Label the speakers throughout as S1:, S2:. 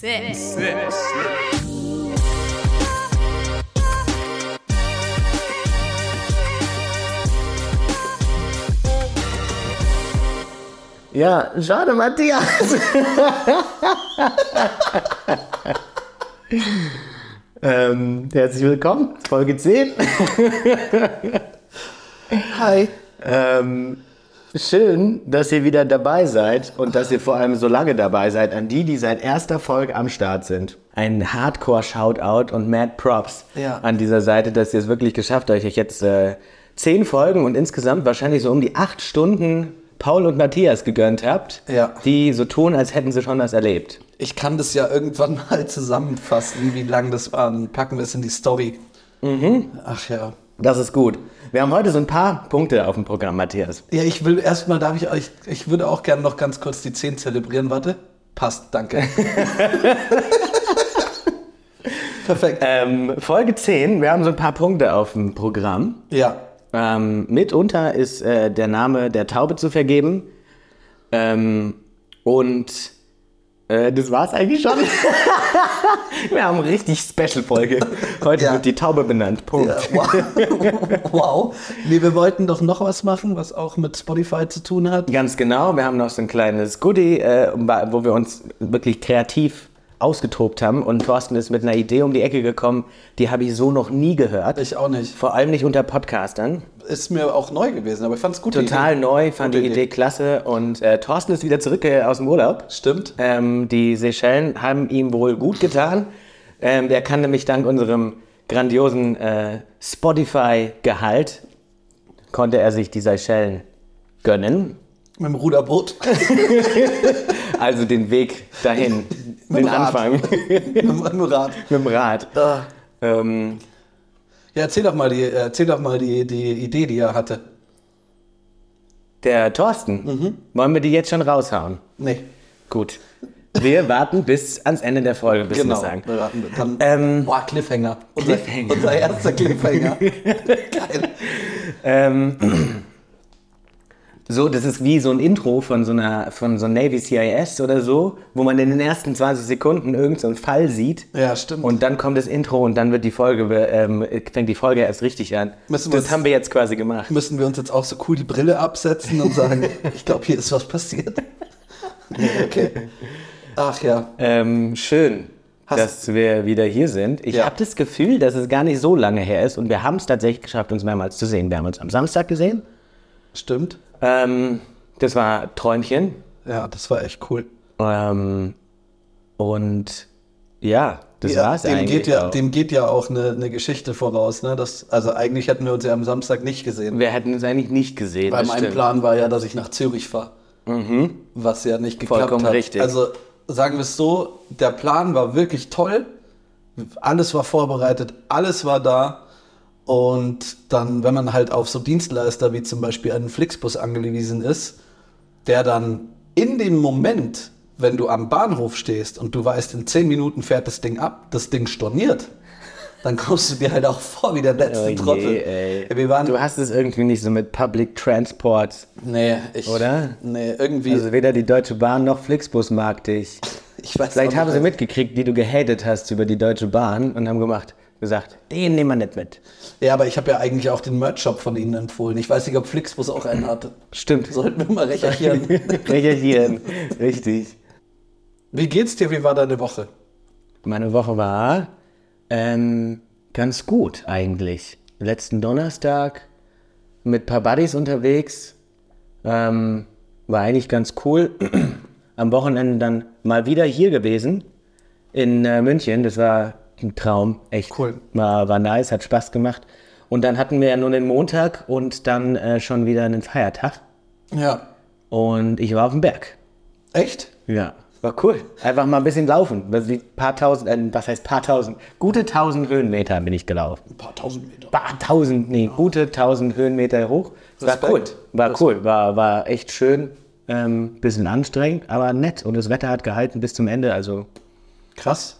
S1: six.
S2: Ja, schade, Matthias. ähm, herzlich willkommen, Folge 10.
S3: Hi.
S2: Ähm, schön, dass ihr wieder dabei seid und dass ihr vor allem so lange dabei seid an die, die seit erster Folge am Start sind. Ein Hardcore-Shoutout und Mad Props
S3: Ja.
S2: an dieser Seite, dass ihr es wirklich geschafft habt. Ich jetzt äh, zehn Folgen und insgesamt wahrscheinlich so um die acht Stunden Paul und Matthias gegönnt habt,
S3: Ja.
S2: die so tun, als hätten sie schon was erlebt.
S3: Ich kann das ja irgendwann mal zusammenfassen, wie lang das war. Dann packen wir es in die Story. Mhm. Ach ja.
S2: Das ist gut. Wir haben heute so ein paar Punkte auf dem Programm, Matthias.
S3: Ja, ich will erstmal, darf ich euch, ich würde auch gerne noch ganz kurz die 10 zelebrieren. Warte. Passt, danke. Perfekt.
S2: Ähm, Folge 10, wir haben so ein paar Punkte auf dem Programm.
S3: Ja.
S2: Ähm, mitunter ist äh, der Name der Taube zu vergeben. Ähm, und äh, das war's eigentlich schon. Wir haben eine richtig Special-Folge. Heute
S3: Ja.
S2: wird die Taube benannt. Punkt.
S3: Ja, Wow. wow. Nee, wir wollten doch noch was machen, was auch mit Spotify zu tun hat.
S2: Ganz genau. Wir haben noch so ein kleines Goodie, äh, wo wir uns wirklich kreativ ausgetobt haben. Und Thorsten ist mit einer Idee um die Ecke gekommen, die habe ich so noch nie gehört.
S3: Ich auch nicht.
S2: Vor allem nicht unter Podcastern.
S3: Ist mir auch neu gewesen, aber ich fand es gut. die
S2: Total
S3: Idee.
S2: neu, fand
S3: Gute
S2: die Idee klasse. Und äh, Thorsten ist wieder zurück äh, aus dem Urlaub.
S3: Stimmt.
S2: Ähm, die Seychellen haben ihm wohl gut getan. Ähm, der kann nämlich dank unserem grandiosen äh, Spotify-Gehalt, konnte er sich die Seychellen gönnen.
S3: Mit dem Ruderboot.
S2: Also den Weg dahin,
S3: Mit dem
S2: den
S3: Rad.
S2: Anfang
S3: mit dem Rad.
S2: mit dem Rad.
S3: Ah.
S2: Ähm,
S3: Ja, erzähl doch mal die, äh, erzähl doch mal die, die Idee, die er hatte.
S2: der Thorsten,
S3: Mhm.
S2: wollen wir die jetzt schon raushauen?
S3: Nee,
S2: Gut. Wir warten bis ans Ende der Folge, bis wir
S3: genau.
S2: sagen.
S3: Wir raten mit. Dann,
S2: Ähm,
S3: boah, Cliffhanger.
S2: Cliffhanger.
S3: Unser, unser erster Cliffhanger. Geil.
S2: So, das ist wie so ein Intro von so einer von so Navy CIS oder so, wo man in den ersten 20 Sekunden irgendeinen so einen Fall sieht.
S3: Ja, stimmt.
S2: Und dann kommt das Intro und dann wird die Folge ähm, fängt die Folge erst richtig an.
S3: Müssen wir
S2: das
S3: uns-
S2: haben wir jetzt quasi gemacht.
S3: Müssen wir uns jetzt auch so cool die Brille absetzen und sagen, ich glaube, hier ist was passiert. Nee, okay. Ach ja.
S2: Ähm, schön,
S3: Hast-
S2: dass wir wieder hier sind. Ich
S3: Ja.
S2: habe das Gefühl, dass es gar nicht so lange her ist und wir haben es tatsächlich geschafft, uns mehrmals zu sehen. Wir haben uns am Samstag gesehen.
S3: Stimmt.
S2: Ähm, das war Träumchen.
S3: Ja, das war echt cool.
S2: Ähm, und ja, das
S3: Ja,
S2: war's
S3: dem
S2: eigentlich.
S3: Geht ja,
S2: auch.
S3: dem geht ja auch eine, eine Geschichte voraus. Ne? Das, also eigentlich hätten wir uns ja am Samstag nicht gesehen.
S2: Wir hätten es eigentlich nicht gesehen.
S3: Weil
S2: das
S3: mein
S2: stimmt. Mhm.
S3: Plan war ja, dass ich nach Zürich fahre. Was ja nicht geklappt
S2: Vollkommen
S3: hat.
S2: richtig.
S3: Also sagen wir es so, der Plan war wirklich toll. Alles war vorbereitet, alles war da. Und dann, wenn man halt auf so Dienstleister wie zum Beispiel einen Flixbus angewiesen ist, der dann in dem Moment, wenn du am Bahnhof stehst und du weißt, in 10 Minuten fährt das Ding ab, das Ding storniert, dann kommst du dir halt auch vor wie der letzte
S2: Oh je,
S3: Trottel.
S2: ey.
S3: Wir waren,
S2: du hast es irgendwie nicht so mit Public Transport.
S3: Nee, ich.
S2: Oder?
S3: Nee, irgendwie.
S2: Also weder die Deutsche Bahn noch Flixbus mag dich.
S3: ich weiß
S2: Vielleicht
S3: auch
S2: haben sie
S3: nicht.
S2: mitgekriegt, die du gehatet hast über die Deutsche Bahn und haben gemacht, gesagt, den nehmen wir nicht mit.
S3: Ja, aber ich habe ja eigentlich auch den Merch-Shop von ihnen empfohlen. Ich weiß nicht, ob Flixbus auch einen hatte.
S2: Stimmt.
S3: Sollten wir mal recherchieren.
S2: Recherchieren. Richtig.
S3: Wie geht's dir? Wie war deine Woche?
S2: Meine Woche war ähm, ganz gut eigentlich. Letzten Donnerstag mit ein paar Buddies unterwegs. Ähm, war eigentlich ganz cool. Am Wochenende dann mal wieder hier gewesen in äh, München. Das war ein Traum, echt.
S3: Cool.
S2: War, war nice, hat Spaß gemacht. Und dann hatten wir ja nur den Montag und dann äh, schon wieder einen Feiertag.
S3: Ja.
S2: Und ich war auf dem Berg.
S3: Echt?
S2: Ja, war cool. Einfach mal ein bisschen laufen. Das sind Ein paar tausend, äh, was heißt paar tausend? Gute tausend Höhenmeter bin ich gelaufen.
S3: Ein paar tausend Meter.
S2: Paar tausend, nee, gute tausend Höhenmeter hoch. Das war cool.
S3: Respekt.
S2: War cool, war, war echt schön. Ähm, bisschen anstrengend, aber nett. Und das Wetter hat gehalten bis zum Ende. Also
S3: Krass.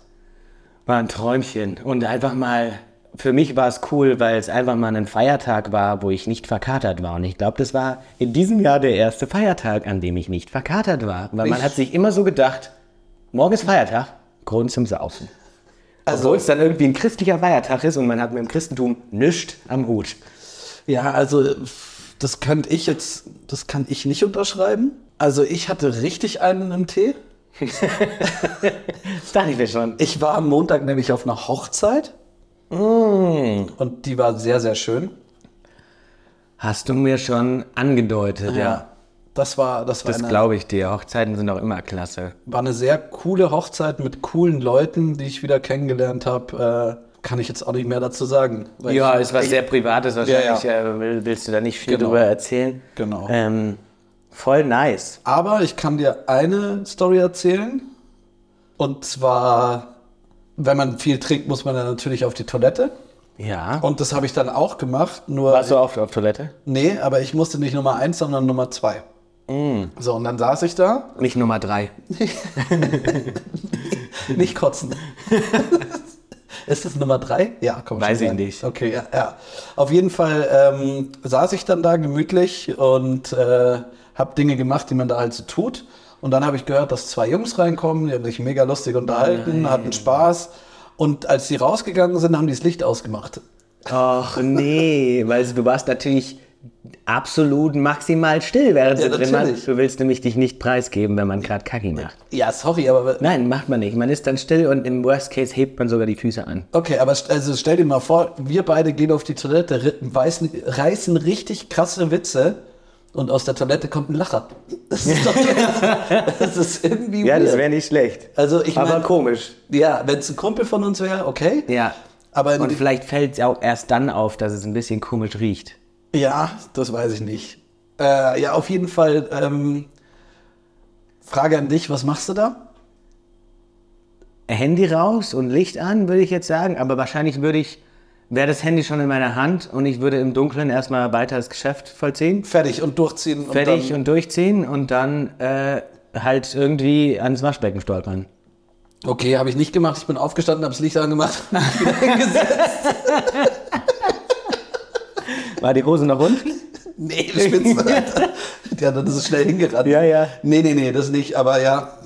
S2: war ein Träumchen. Und einfach mal, für mich war es cool, weil es einfach mal ein Feiertag war, wo ich nicht verkatert war. Und ich glaube, das war in diesem Jahr der erste Feiertag, an dem ich nicht verkatert war. Weil man
S3: Ich-
S2: hat sich immer so gedacht, morgen ist Feiertag, Balkon zum Saufen.
S3: Also,
S2: Obwohl es dann irgendwie ein christlicher Feiertag ist und man hat mit dem Christentum nichts am Hut.
S3: Ja, also das kann ich jetzt, das kann ich nicht unterschreiben. Also ich hatte richtig einen im Tee.
S2: Das dachte ich mir schon.
S3: Ich war am Montag nämlich auf einer Hochzeit
S2: Mm.
S3: und die war sehr, sehr schön.
S2: Hast du mir schon angedeutet, Ah ja.
S3: Das war, das war,
S2: Das
S3: eine,
S2: glaube ich dir. Hochzeiten sind auch immer klasse.
S3: war eine sehr coole Hochzeit mit coolen Leuten, die ich wieder kennengelernt habe. Äh, kann ich jetzt auch nicht mehr dazu sagen. weil
S2: Ja,
S3: ich,
S2: ist was sehr Privates wahrscheinlich. äh, will- Willst du da nicht viel
S3: Genau.
S2: drüber erzählen?
S3: Genau.
S2: Ähm, voll nice.
S3: Aber ich kann dir eine Story erzählen. Und zwar, wenn man viel trinkt, muss man dann natürlich auf die Toilette.
S2: Ja.
S3: Und das habe ich dann auch gemacht. Nur
S2: Warst du oft auf Toilette?
S3: Nee, aber ich musste nicht Nummer eins, sondern Nummer zwei.
S2: Mm.
S3: So, und dann saß ich da,
S2: Nicht Nummer drei.
S3: nicht kotzen. Ist das Nummer drei? Ja, komm
S2: Weiß
S3: schon
S2: ich
S3: rein.
S2: nicht.
S3: Okay, ja, ja. Auf jeden Fall ähm, saß ich dann da gemütlich und äh, habe Dinge gemacht, die man da halt so tut. Und dann habe ich gehört, dass zwei Jungs reinkommen, die haben sich mega lustig unterhalten, hatten Spaß. Und als die rausgegangen sind, haben die das Licht ausgemacht.
S2: Ach nee, weil du warst natürlich absolut maximal still, während
S3: Ja,
S2: du drin warst.
S3: natürlich.
S2: Du willst nämlich dich nicht preisgeben, wenn man gerade Kacki macht.
S3: Ja, sorry, aber
S2: Nein, macht man nicht. Man ist dann still und im Worst Case hebt man sogar die Füße an.
S3: Okay, aber st- also stell dir mal vor, wir beide gehen auf die Toilette, ri- weißen, reißen richtig krasse Witze und aus der Toilette kommt ein Lacher. Das ist doch das ist irgendwie
S2: Ja, das
S3: weird.
S2: wäre nicht schlecht.
S3: Also ich
S2: Aber
S3: meine,
S2: komisch.
S3: ja, wenn es ein Kumpel von uns wäre, okay.
S2: Ja.
S3: Aber
S2: Und
S3: in,
S2: vielleicht fällt es auch erst dann auf, dass es ein bisschen komisch riecht.
S3: ja, das weiß ich nicht. Äh, ja, auf jeden Fall. Ähm, Frage an dich: Was machst du da?
S2: Handy raus und Licht an, würde ich jetzt sagen. Aber wahrscheinlich würde ich, wäre das Handy schon in meiner Hand und ich würde im Dunkeln erstmal weiter das Geschäft vollziehen.
S3: Fertig und durchziehen.
S2: Fertig
S3: Und
S2: und durchziehen und dann äh, halt irgendwie ans Waschbecken stolpern.
S3: dann, okay, habe ich nicht gemacht. Ich bin aufgestanden, habe das Licht angemacht. mich wieder hingesetzt.
S2: War die Hose noch rund?
S3: Nee, die Spitze. ja, dann ist es schnell hingerannt.
S2: Ja, ja.
S3: Nee, nee, nee, das nicht. Aber ja,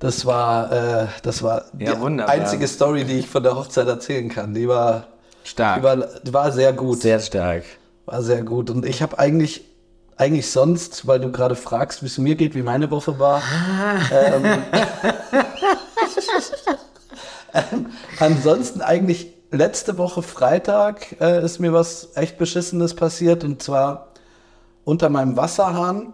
S3: das war, äh, das war
S2: Ja,
S3: die
S2: wunderbar.
S3: einzige Story, die ich von der Hochzeit erzählen kann. Die war, die
S2: Stark.
S3: war, die war sehr gut.
S2: Sehr stark.
S3: War sehr gut. Und ich habe eigentlich, eigentlich sonst, weil du gerade fragst, wie es mir geht, wie meine Woche war.
S2: Ah.
S3: Ähm, ähm, ansonsten eigentlich letzte Woche Freitag äh, ist mir was echt Beschissenes passiert. Und zwar unter meinem Wasserhahn,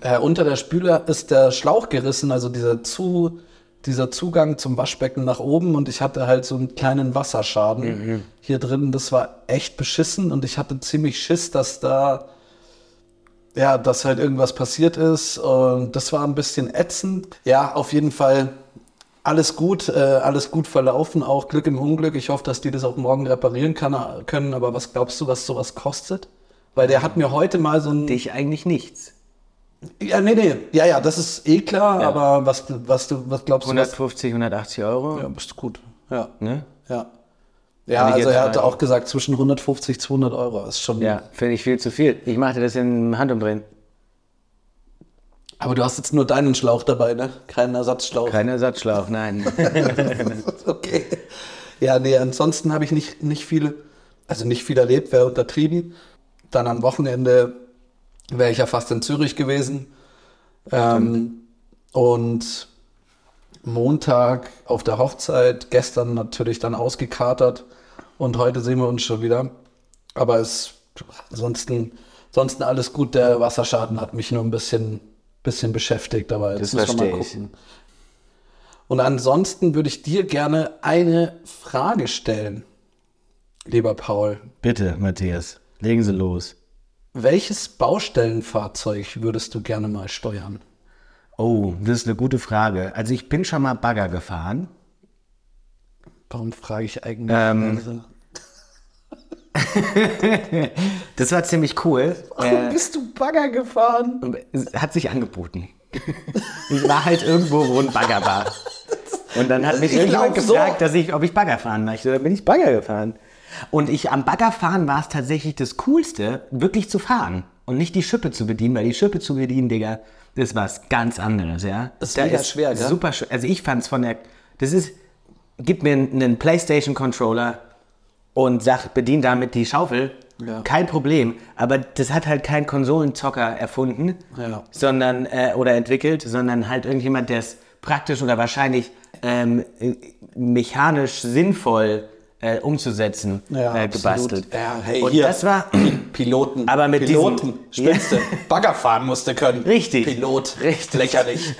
S3: äh, unter der Spüle ist der Schlauch gerissen, also dieser, zu, dieser Zugang zum Waschbecken nach oben. Und ich hatte halt so einen kleinen Wasserschaden hier drin. Das war echt beschissen und ich hatte ziemlich Schiss, dass da ja, dass halt irgendwas passiert ist. Und das war ein bisschen ätzend. Ja, auf jeden Fall alles gut, äh, alles gut verlaufen, auch Glück im Unglück. Ich hoffe, dass die das auch morgen reparieren kann, äh, können. Aber was glaubst du, was sowas kostet? Weil der hat mir heute mal so ein.
S2: Dich eigentlich nichts.
S3: Ja, nee, nee. Ja, ja, das ist eh klar,
S2: Ja.
S3: aber was, was du, was glaubst du? Was,
S2: 150, 180 Euro.
S3: ja, bist gut. Ja.
S2: Ne?
S3: Ja. Ja,
S2: Wenn ich
S3: also
S2: jetzt
S3: er hatte
S2: mal-
S3: auch gesagt, zwischen 150, 200 Euro ist schon.
S2: Ja, finde ich viel zu viel. Ich mache dir das in Handumdrehen.
S3: Aber du hast jetzt nur deinen Schlauch dabei, ne? Keinen Ersatzschlauch.
S2: Kein Ersatzschlauch, nein.
S3: okay. Ja, nee, ansonsten habe ich nicht, nicht viele, also nicht viel erlebt, wäre untertrieben. Dann am Wochenende wäre ich ja fast in Zürich gewesen. Ähm, und Montag auf der Hochzeit, gestern natürlich dann ausgekatert und heute sehen wir uns schon wieder. Aber es ansonsten, ansonsten alles gut. Der Wasserschaden hat mich nur ein bisschen, bisschen beschäftigt, aber jetzt
S2: Das
S3: müssen wir mal
S2: verstehe ich.
S3: gucken. Und ansonsten würde ich dir gerne eine Frage stellen, lieber Paul.
S2: Bitte, Matthias, legen Sie los.
S3: Welches Baustellenfahrzeug würdest du gerne mal steuern?
S2: Oh, das ist eine gute Frage. Also ich bin schon mal Bagger gefahren.
S3: Warum frage ich eigentlich?
S2: Ähm,
S3: Also,
S2: Das war ziemlich cool.
S3: warum bist du Bagger gefahren?
S2: Es hat sich angeboten. Ich war halt irgendwo, wo ein Bagger war. Und dann hat mich
S3: Also Ich
S2: irgendjemand
S3: glaub so.
S2: gefragt, dass ich, ob ich Bagger fahren möchte. Dann bin ich Bagger gefahren. Und ich am Bagger fahren war es tatsächlich das Coolste, wirklich zu fahren und nicht die Schippe zu bedienen, weil die Schippe zu bedienen, Digga, das war was ganz anderes, ja.
S3: Ist mega schwer, gell?
S2: Super schwer. Also ich fand es von der Das ist, gib mir einen PlayStation-Controller und sag, bedien damit die Schaufel.
S3: Ja.
S2: Kein Problem. Aber das hat halt kein Konsolenzocker erfunden,
S3: Ja.
S2: sondern, äh, oder entwickelt, sondern halt irgendjemand, der es praktisch oder wahrscheinlich ähm, äh, mechanisch sinnvoll äh, umzusetzen äh, gebastelt.
S3: absolut. Ja, hey,
S2: und
S3: hier,
S2: das war
S3: Piloten.
S2: Aber mit
S3: Piloten,
S2: diesem-
S3: Spitze. Bagger fahren musste können.
S2: Richtig.
S3: Pilot.
S2: Richtig.
S3: Lächerlich.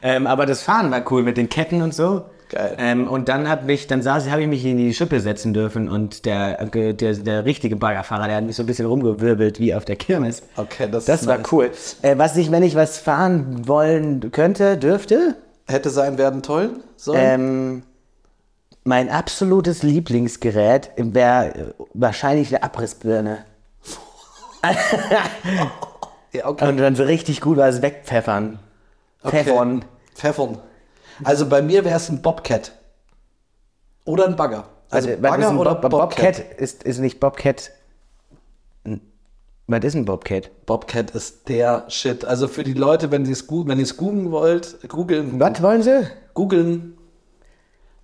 S2: Ähm, aber das Fahren war cool mit den Ketten und so.
S3: Geil.
S2: Ähm, und dann hat mich, dann saß, habe ich mich in die Schippe setzen dürfen und der, äh, der, der richtige Baggerfahrer, der hat mich so ein bisschen rumgewirbelt wie auf der Kirmes.
S3: Okay, das,
S2: Das
S3: ist
S2: war
S3: nice.
S2: cool. Äh, was ich, wenn ich was fahren wollen könnte, dürfte,
S3: Hätte sein werden toll. Sollen.
S2: ähm, mein absolutes Lieblingsgerät wäre wahrscheinlich eine Abrissbirne.
S3: ja, okay.
S2: Und dann so richtig gut war es wegpfeffern. Pfeffern.
S3: Pfeffern. Also bei mir wäre es ein Bobcat. Oder ein Bagger. Also
S2: Warte, was ist
S3: Bagger
S2: ein
S3: oder
S2: Bob Bobcat? Ist, ist nicht Bobcat. n- Was ist ein Bobcat?
S3: Bobcat ist der Shit. Also für die Leute, wenn ihr es goo- wenn ihr's googeln wollt, googeln,
S2: Was wollen Sie?
S3: googeln.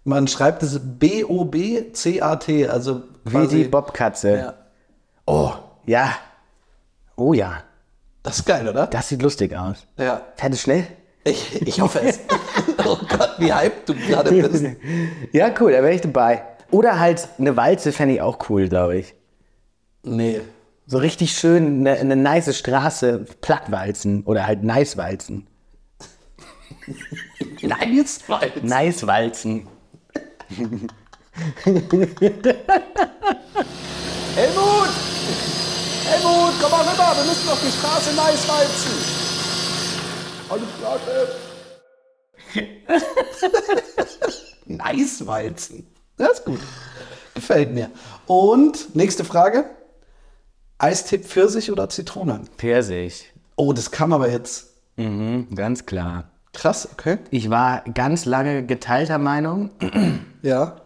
S3: Man schreibt es B-O-B-C-A-T, also
S2: Wie die Bobkatze.
S3: Ja.
S2: Oh, ja. Oh ja.
S3: Das ist geil, oder?
S2: Das sieht lustig aus.
S3: Ja.
S2: Fährt es schnell?
S3: Ich, ich hoffe es. oh Gott, wie hyped du gerade bist.
S2: ja, cool, da wäre ich dabei. Oder halt eine Walze fände ich auch cool, glaube ich.
S3: Nee.
S2: So richtig schön eine, eine nice Straße plattwalzen oder halt nice walzen.
S3: Nein, jetzt Nein.
S2: Nice walzen.
S3: Helmut! Helmut, komm mal rüber, wir müssen auf die Straße nice walzen. Alle Platte. nice walzen. Das ist gut. Gefällt mir. Und nächste Frage. Eistipp Pfirsich oder Zitrone?
S2: Pfirsich.
S3: Oh, das kam aber jetzt.
S2: Mhm, ganz klar.
S3: Krass, okay.
S2: Ich war ganz lange geteilter Meinung,
S3: Ja.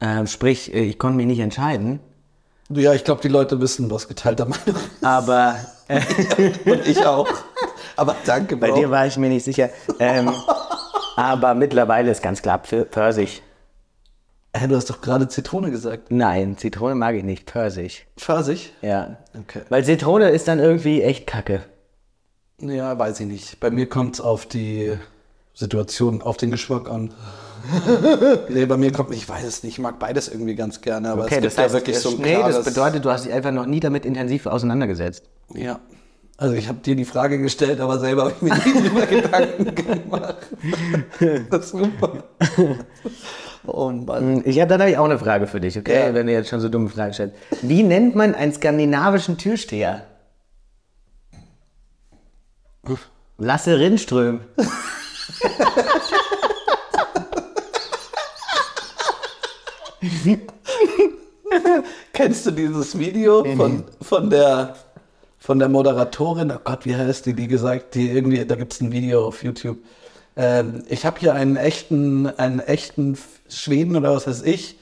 S2: ähm, sprich, äh, ich konnte mich nicht entscheiden,
S3: Ja, ich glaube, die Leute wissen, was geteilter Meinung ist.
S2: aber äh,
S3: Und ich auch. Aber danke,
S2: bei
S3: Bro.
S2: dir war ich mir nicht sicher. Ähm, aber mittlerweile ist ganz klar Pfir- Pfirsich.
S3: Hä, du hast doch gerade Zitrone gesagt.
S2: Nein, Zitrone mag ich nicht, Pfirsich.
S3: Pfirsich?
S2: Ja.
S3: Okay.
S2: Weil Zitrone ist dann irgendwie echt kacke.
S3: Ja, weiß ich nicht. Bei mir kommt es auf die Situation, auf den Geschmack an. nee, bei mir kommt, ich weiß es nicht, ich mag beides irgendwie ganz gerne, aber es gibt ja wirklich
S2: es-
S3: so ein
S2: äh, nee,
S3: klares,
S2: das bedeutet, du hast dich einfach noch nie damit intensiv auseinandergesetzt.
S3: Ja. Also ich habe dir die Frage gestellt, aber selber habe ich mir nie drüber Gedanken gemacht. das ist super. Oh Mann.
S2: Ich habe Hm, dann hab ich auch eine Frage für dich, okay?
S3: Ja.
S2: Wenn du jetzt schon so dumme Fragen stellst. Wie nennt man einen skandinavischen Türsteher? Lasse Rindström.
S3: Kennst du dieses Video von, von, der, von der Moderatorin? Oh Gott, wie heißt die, die gesagt, die irgendwie, da gibt es ein Video auf YouTube. Ähm, ich habe hier einen echten, einen echten Schweden oder was weiß ich,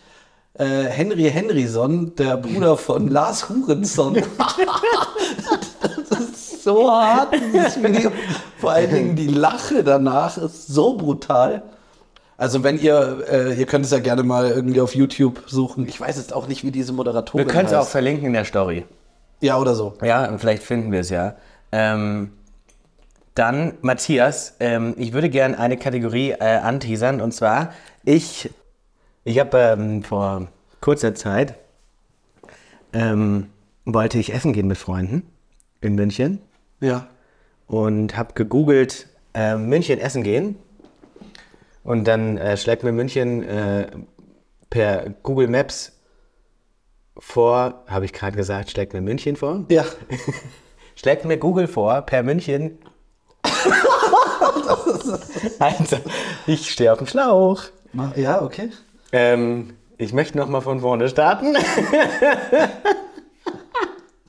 S3: äh, Henry Henryson, der Bruder von Lars Hurenson. das ist so hart, dieses Video. Vor allen Dingen die Lache danach ist so brutal. Also wenn ihr, äh, ihr könnt es ja gerne mal irgendwie auf YouTube suchen. Ich weiß jetzt auch nicht, wie diese Moderatorin
S2: Wir können es auch
S3: heißt.
S2: verlinken in der Story.
S3: Ja, oder so.
S2: Ja, und vielleicht finden wir es ja. Ähm, dann, Matthias, ähm, ich würde gerne eine Kategorie äh, anteasern und zwar, ich, ich habe ähm, vor kurzer Zeit, ähm, wollte ich essen gehen mit Freunden in München
S3: Ja.
S2: und habe gegoogelt äh, München essen gehen. Und dann äh, schlägt mir München äh, per Google Maps vor, habe ich gerade gesagt, schlägt mir München vor?
S3: Ja.
S2: Schlägt mir Google vor, per München. also, ich stehe auf dem Schlauch.
S3: Ma- Ja, okay.
S2: Ähm, ich möchte nochmal von vorne starten.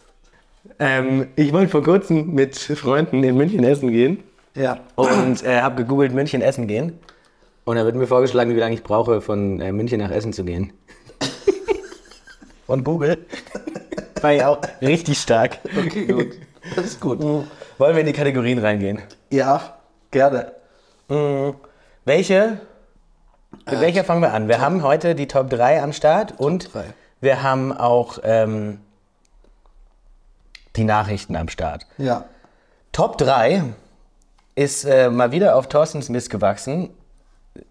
S2: ähm, ich wollte vor kurzem mit Freunden in München essen gehen
S3: Ja.
S2: und äh, habe gegoogelt München essen gehen. Und da wird mir vorgeschlagen, wie lange ich brauche, von äh, München nach Essen zu gehen. von Google. War ja auch richtig stark.
S3: Okay, gut. Das ist gut.
S2: Wollen wir in die Kategorien reingehen?
S3: Ja, gerne.
S2: Welche?
S3: Äh,
S2: Mit welcher fangen wir an? Wir haben heute die Top 3 am Start und
S3: drei.
S2: wir haben auch ähm, die Nachrichten am Start.
S3: Ja.
S2: Top 3 ist äh, mal wieder auf Thorstens Mist gewachsen,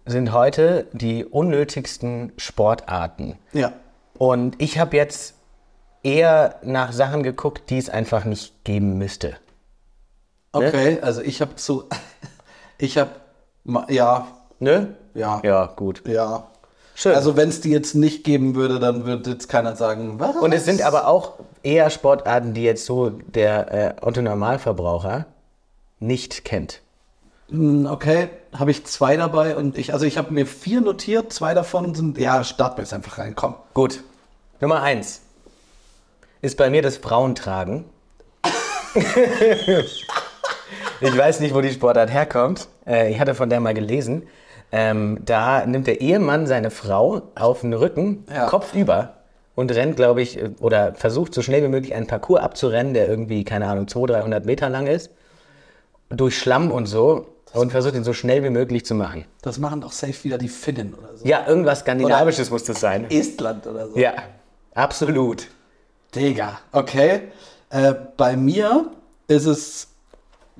S2: sind heute die unnötigsten Sportarten.
S3: Ja.
S2: Und ich habe jetzt eher nach Sachen geguckt, die es einfach nicht geben müsste.
S3: Okay,
S2: Ne?
S3: also ich habe zu. Ich habe. Ja,
S2: Ne?
S3: ja, ja.
S2: Ja, gut. Schön.
S3: Also, wenn es die jetzt nicht geben würde, dann würde jetzt keiner sagen, was?
S2: Und es sind aber auch eher Sportarten, die jetzt so der äh, Otto Normalverbraucher nicht kennt.
S3: Hm, Okay, habe ich zwei dabei und ich, also ich habe mir vier notiert, zwei davon sind, ja, starten wir jetzt einfach rein, komm.
S2: Gut. Nummer eins ist bei mir das Frauentragen. ich weiß nicht, wo die Sportart herkommt. Äh, ich hatte von der mal gelesen. Ähm, da nimmt der Ehemann seine Frau auf den Rücken,
S3: Ja.
S2: kopfüber, und rennt, glaube ich, äh, oder versucht so schnell wie möglich einen Parcours abzurennen, der irgendwie, keine Ahnung, 200, 300 Meter lang ist, durch Schlamm und so, und versucht ihn so schnell wie möglich zu machen.
S3: Das machen doch safe wieder die Finnen oder so.
S2: Ja, irgendwas Skandinavisches muss das sein.
S3: Estland oder so.
S2: Ja, absolut.
S3: Digga, okay. Äh, bei mir ist es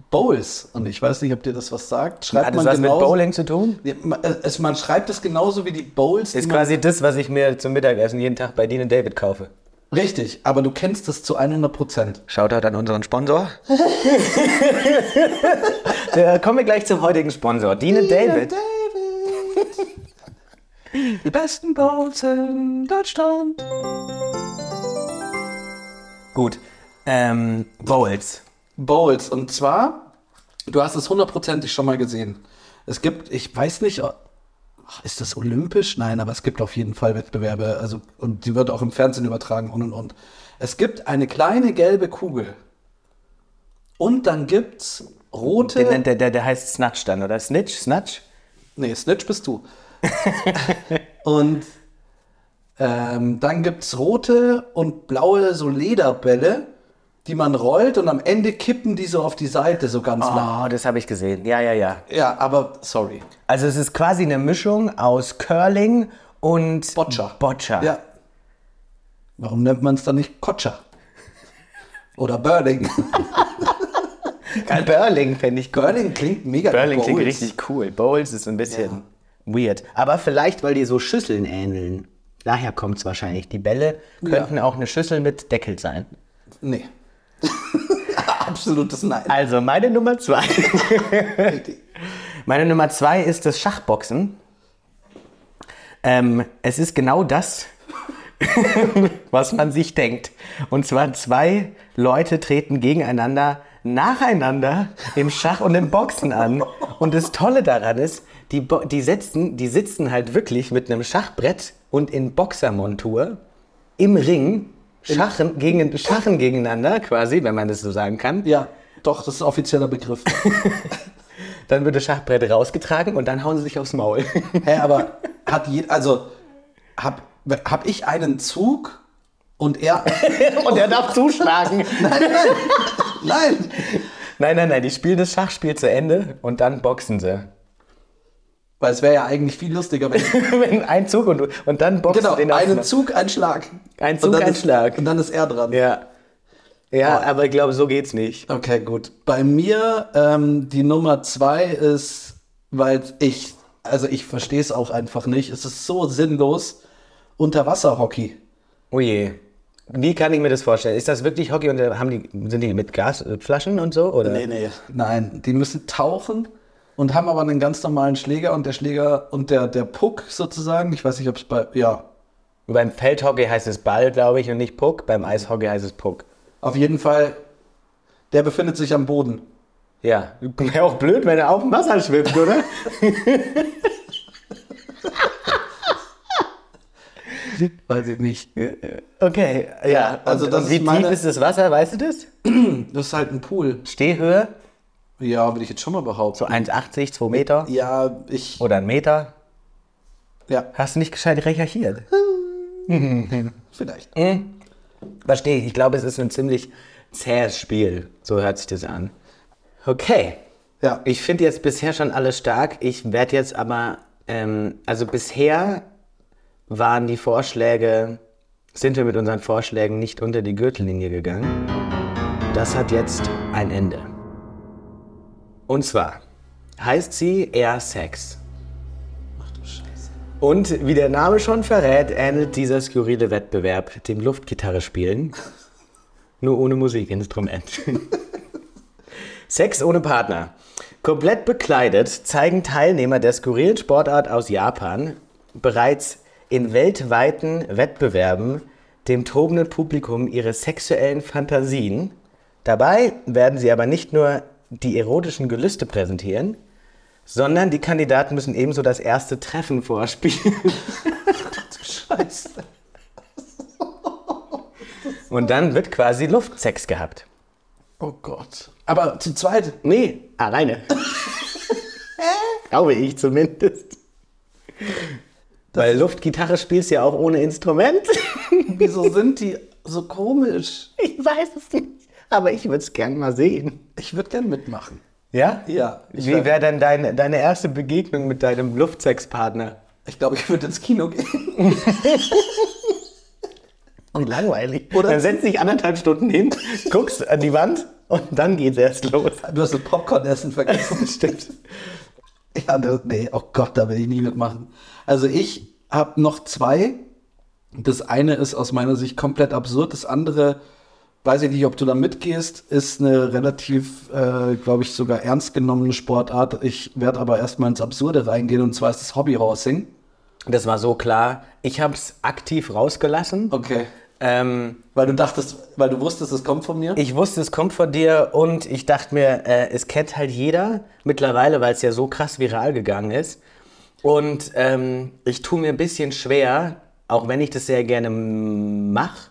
S3: Bowls und ich weiß nicht, ob dir das was sagt. Schreibt
S2: Hat das
S3: man
S2: was
S3: genauso,
S2: mit Bowling zu tun?
S3: Ja, ma- äh, Es, man schreibt es genauso wie die Bowls.
S2: Ist
S3: die man-
S2: quasi das, was ich mir zum Mittagessen jeden Tag bei Dean David kaufe.
S3: Richtig, aber du kennst es zu 100 Prozent.
S2: Shoutout an unseren Sponsor. da kommen wir gleich zum heutigen Sponsor. Dean David.
S3: Die besten Bowls in Deutschland.
S2: Gut. Ähm, Bowls.
S3: Bowls. Und zwar, du hast es hundertprozentig schon mal gesehen. Es gibt, ich weiß nicht, o- ach, ist das olympisch? Nein, aber es gibt auf jeden Fall Wettbewerbe. Also, und die wird auch im Fernsehen übertragen und und und. Es gibt eine kleine gelbe Kugel. Und dann gibt's rote.
S2: Den nennt der, der, der heißt Snatch dann, oder? Snitch? Snatch?
S3: Nee, Snitch bist du. und ähm, dann gibt es rote und blaue so Lederbälle, die man rollt und am Ende kippen die so auf die Seite so ganz lang.
S2: Oh, das habe ich gesehen. Ja, ja, ja.
S3: Ja, aber sorry.
S2: Also es ist quasi eine Mischung aus Curling und
S3: Boccia.
S2: Boccia.
S3: Ja. Warum nennt man es dann nicht Kotscher? Oder Burling.
S2: Curling fände ich cool.
S3: Burling klingt mega
S2: Burling klingt
S3: Bowls.
S2: richtig cool. Bowls ist ein bisschen weird. Aber vielleicht, weil die so Schüsseln ähneln. Daher kommt es wahrscheinlich. Die Bälle könnten auch eine Schüssel mit Deckel sein.
S3: Nee. Absolutes Nein.
S2: Also meine Nummer zwei. meine Nummer zwei ist das Schachboxen. Ähm, es ist genau das, was man sich denkt. Und zwar zwei Leute treten gegeneinander nacheinander im Schach und im Boxen an. Und das Tolle daran ist, die, Bo die, sitzen, die sitzen halt wirklich mit einem Schachbrett und in Boxermontur im Ring Schachen, gegen, Schachen gegeneinander quasi, wenn man das so sagen kann.
S3: Ja, doch, das ist offizieller Begriff.
S2: Dann wird das Schachbrett rausgetragen und dann hauen sie sich aufs Maul.
S3: Hä, aber hat jeder, also hab, hab ich einen Zug und er.
S2: und er darf zuschlagen.
S3: nein, nein, nein.
S2: Nein, nein, nein, die spielen das Schachspiel zu Ende und dann boxen sie.
S3: Weil es wäre ja eigentlich viel lustiger, wenn
S2: Wenn ein Zug und, und dann boxen
S3: genau,
S2: sie den aufs
S3: einen
S2: Maul.
S3: Zug, ein Schlag.
S2: Ein
S3: Und
S2: Zug,
S3: dann
S2: ein
S3: ist,
S2: Schlag.
S3: Und dann ist er dran.
S2: Ja. Ja,
S3: Oh.
S2: aber ich glaube, so geht's nicht.
S3: Okay, gut. Bei mir ähm, die Nummer zwei ist, weil ich, also ich verstehe es auch einfach nicht. Es ist so sinnlos. Unterwasserhockey.
S2: Oh je. Wie kann ich mir das vorstellen? Ist das wirklich Hockey und da haben die, sind die mit Gasflaschen und so? Oder?
S3: nee. Nein, die müssen tauchen und haben aber einen ganz normalen Schläger und der Schläger und der, der Puck sozusagen, ich weiß nicht, ob es bei, ja,
S2: Beim Feldhockey heißt es Ball, glaube ich, und nicht Puck. Beim Eishockey heißt es Puck.
S3: auf jeden Fall, der befindet sich am Boden.
S2: Ja. Wäre auch blöd, wenn er auf dem Wasser schwimmt, oder?
S3: Weiß ich nicht.
S2: Okay, ja.
S3: also
S2: und,
S3: das
S2: und
S3: ist
S2: wie tief
S3: meine-
S2: ist das Wasser, weißt du das?
S3: Das ist halt ein Pool.
S2: Stehhöhe?
S3: Ja, würde ich jetzt schon mal behaupten.
S2: So 1,80, 2 Meter?
S3: Ja, ich,
S2: Oder ein Meter?
S3: ja,
S2: Hast du nicht gescheit recherchiert?
S3: vielleicht.
S2: Verstehe ich. Ich glaube, es ist ein ziemlich zähes Spiel. So hört sich das an. Okay.
S3: Ja.
S2: Ich finde jetzt bisher schon alles stark. Ich werde jetzt aber, ähm, also bisher waren die Vorschläge, sind wir mit unseren Vorschlägen nicht unter die Gürtellinie gegangen. Das hat jetzt ein Ende. Und zwar heißt sie Air Sex. Und wie der Name schon verrät, ähnelt dieser skurrile Wettbewerb dem Luftgitarre spielen. Nur ohne Musikinstrument. Sex ohne Partner. Komplett bekleidet zeigen Teilnehmer der skurrilen Sportart aus Japan bereits in weltweiten Wettbewerben dem tobenden Publikum ihre sexuellen Fantasien. Dabei werden sie aber nicht nur die erotischen Gelüste präsentieren, sondern die Kandidaten müssen ebenso das erste Treffen vorspielen.
S3: Scheiße.
S2: Und dann wird quasi Luftsex gehabt.
S3: Oh Gott. Aber zu zweit.
S2: Nee, alleine. Glaube ich zumindest. Weil Luftgitarre spielst du ja auch ohne Instrument.
S3: Wieso sind die so komisch?
S2: Ich weiß es nicht. Aber ich würde es gern mal sehen.
S3: Ich würde gern mitmachen.
S2: Ja?
S3: Ja, ich
S2: Wie
S3: wär-
S2: wäre denn dein, deine erste Begegnung mit deinem Luftsexpartner?
S3: Ich glaube, ich würde ins Kino gehen.
S2: Wie langweilig.
S3: Oder-
S2: Dann setzt dich anderthalb Stunden hin, guckst an die Wand und dann geht's erst los.
S3: Du hast das Popcorn-Essen vergessen.
S2: Stimmt.
S3: Ja, das, nee, oh Gott, da will ich nie mitmachen. Also ich habe noch zwei. Das eine ist aus meiner Sicht komplett absurd. Das andere, weiß ich nicht, ob du da mitgehst, ist eine relativ, äh, glaube ich, sogar ernst genommene Sportart. Ich werde aber erstmal ins Absurde reingehen und zwar ist das Hobbyhorsing.
S2: Das war so klar. Ich habe es aktiv rausgelassen.
S3: Okay.
S2: Ähm,
S3: Weil du dachtest, weil du wusstest, es kommt von mir?
S2: ich wusste, es kommt von dir und ich dachte mir, äh, es kennt halt jeder mittlerweile, weil es ja so krass viral gegangen ist. Und ähm, ich tue mir ein bisschen schwer, auch wenn ich das sehr gerne mache,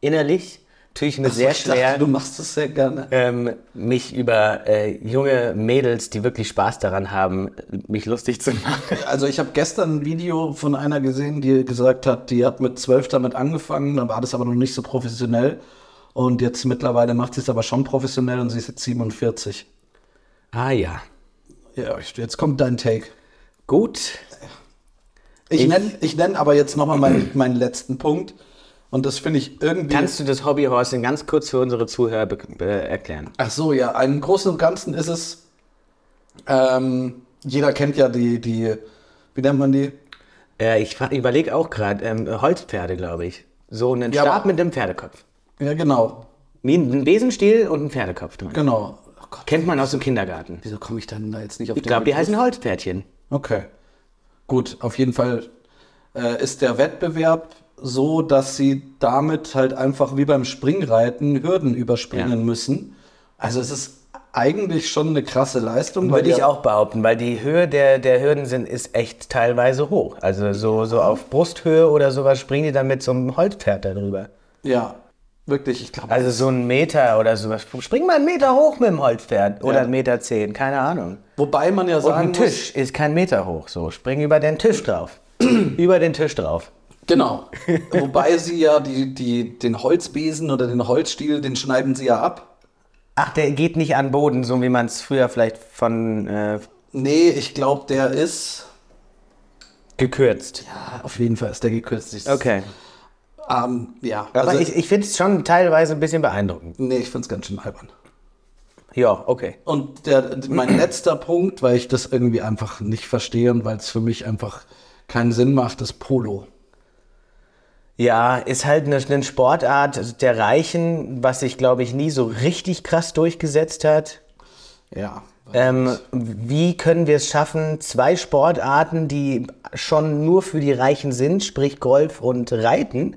S2: innerlich, tue ich mir sehr
S3: ich
S2: schwer.
S3: dachte, du machst das sehr gerne.
S2: ähm, mich über äh, junge Mädels, die wirklich Spaß daran haben, äh, mich lustig zu machen.
S3: Also ich habe gestern ein Video von einer gesehen, die gesagt hat, die hat mit zwölf damit angefangen, dann war das aber noch nicht so professionell. Und jetzt mittlerweile macht sie es aber schon professionell und sie ist jetzt 47.
S2: Ah ja.
S3: Ja, ich- jetzt kommt dein Take.
S2: Gut.
S3: Ich nenne ich nenn aber jetzt nochmal meinen, meinen letzten Punkt. Und das finde ich irgendwie.
S2: Kannst du das Hobbyhorsing ganz kurz für unsere Zuhörer be- be- erklären?
S3: Ach so, ja. Im Großen und Ganzen ist es. Ähm, jeder kennt ja die, die. Wie nennt man die?
S2: Äh, ich überlege auch gerade, ähm, Holzpferde, glaube ich. So einen
S3: Ja,
S2: Stab
S3: aber-
S2: mit einem Pferdekopf.
S3: Ja, genau.
S2: Wie ein Besenstiel und ein Pferdekopf drin.
S3: Genau. Oh Gott,
S2: Kennt man aus dem Kindergarten.
S3: wieso komme ich dann da jetzt nicht auf
S2: Ich glaube, die heißen Holzpferdchen.
S3: Okay. Gut, auf jeden Fall äh, ist der Wettbewerb so, dass sie damit halt einfach wie beim Springreiten Hürden überspringen
S2: Ja.
S3: müssen. Also es ist eigentlich schon eine krasse Leistung. weil
S2: Würde ich
S3: der-
S2: auch behaupten, weil die Höhe der, der Hürden sind, ist echt teilweise hoch. Also so, so auf Brusthöhe oder sowas springen die dann mit so einem Holzpferd darüber.
S3: Ja, wirklich, ich äh, glaube.
S2: Also so einen Meter oder sowas. Spring mal einen Meter hoch mit dem Holzpferd oder
S3: Ja.
S2: einen Meter zehn, keine Ahnung.
S3: Wobei man ja
S2: Und
S3: sagen
S2: ein Tisch ist kein Meter hoch, so. Spring über den Tisch drauf. über den Tisch drauf.
S3: muss. Genau. Wobei sie ja die, die, den Holzbesen oder den Holzstiel, den schneiden sie ja ab.
S2: Ach, der geht nicht an Boden, so wie man es früher vielleicht von äh,
S3: Nee, ich glaube, der ist.
S2: gekürzt.
S3: Ah, Auf jeden Fall ist der gekürzt. Ich-
S2: Okay.
S3: Ähm, ja,
S2: Aber
S3: also,
S2: ich, ich finde es schon teilweise ein bisschen beeindruckend.
S3: nee, ich finde es ganz schön albern.
S2: Ja, okay.
S3: Und der, mein letzter Punkt, weil ich das irgendwie einfach nicht verstehe und weil es für mich einfach keinen Sinn macht, ist Polo.
S2: Ja, ist halt eine, eine Sportart der Reichen, was sich, glaube ich, nie so richtig krass durchgesetzt hat.
S3: Ja.
S2: Ähm, wie können wir es schaffen, zwei Sportarten, die schon nur für die Reichen sind, sprich Golf und Reiten,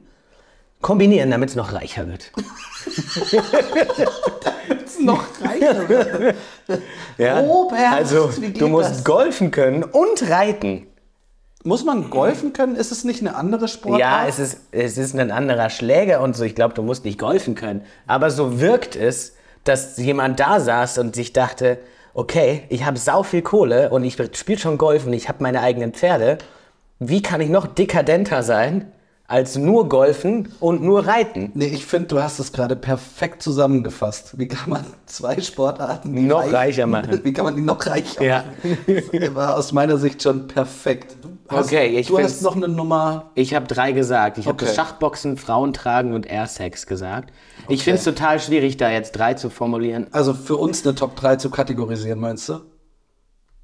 S2: kombinieren, damit es noch reicher wird?
S3: noch reicher. Robert,
S2: also
S3: wie geht
S2: du musst
S3: das?
S2: golfen können und reiten.
S3: Muss man golfen können? Ist es nicht eine andere Sportart?
S2: Ja, es ist, es ist ein anderer Schläger und so. Ich glaube, du musst nicht golfen können. Aber so wirkt es, dass jemand da saß und sich dachte, okay, ich habe sau viel Kohle und ich spiele schon Golf und ich habe meine eigenen Pferde. Wie kann ich noch dekadenter sein als nur Golfen und nur Reiten.
S3: Nee, ich finde, du hast es gerade perfekt zusammengefasst. Wie kann man zwei Sportarten
S2: Noch reicher machen.
S3: Wie kann man die noch reicher
S2: Ja.
S3: machen? Das war aus meiner Sicht schon perfekt. Du hast,
S2: Okay, ich
S3: du
S2: find's-
S3: hast noch eine Nummer.
S2: Ich habe drei gesagt. Ich habe
S3: Okay.
S2: das Schachboxen, Frauentragen und Airsex gesagt. Ich finde es total schwierig, da jetzt drei zu formulieren.
S3: Also für uns eine Top 3 zu kategorisieren, meinst du?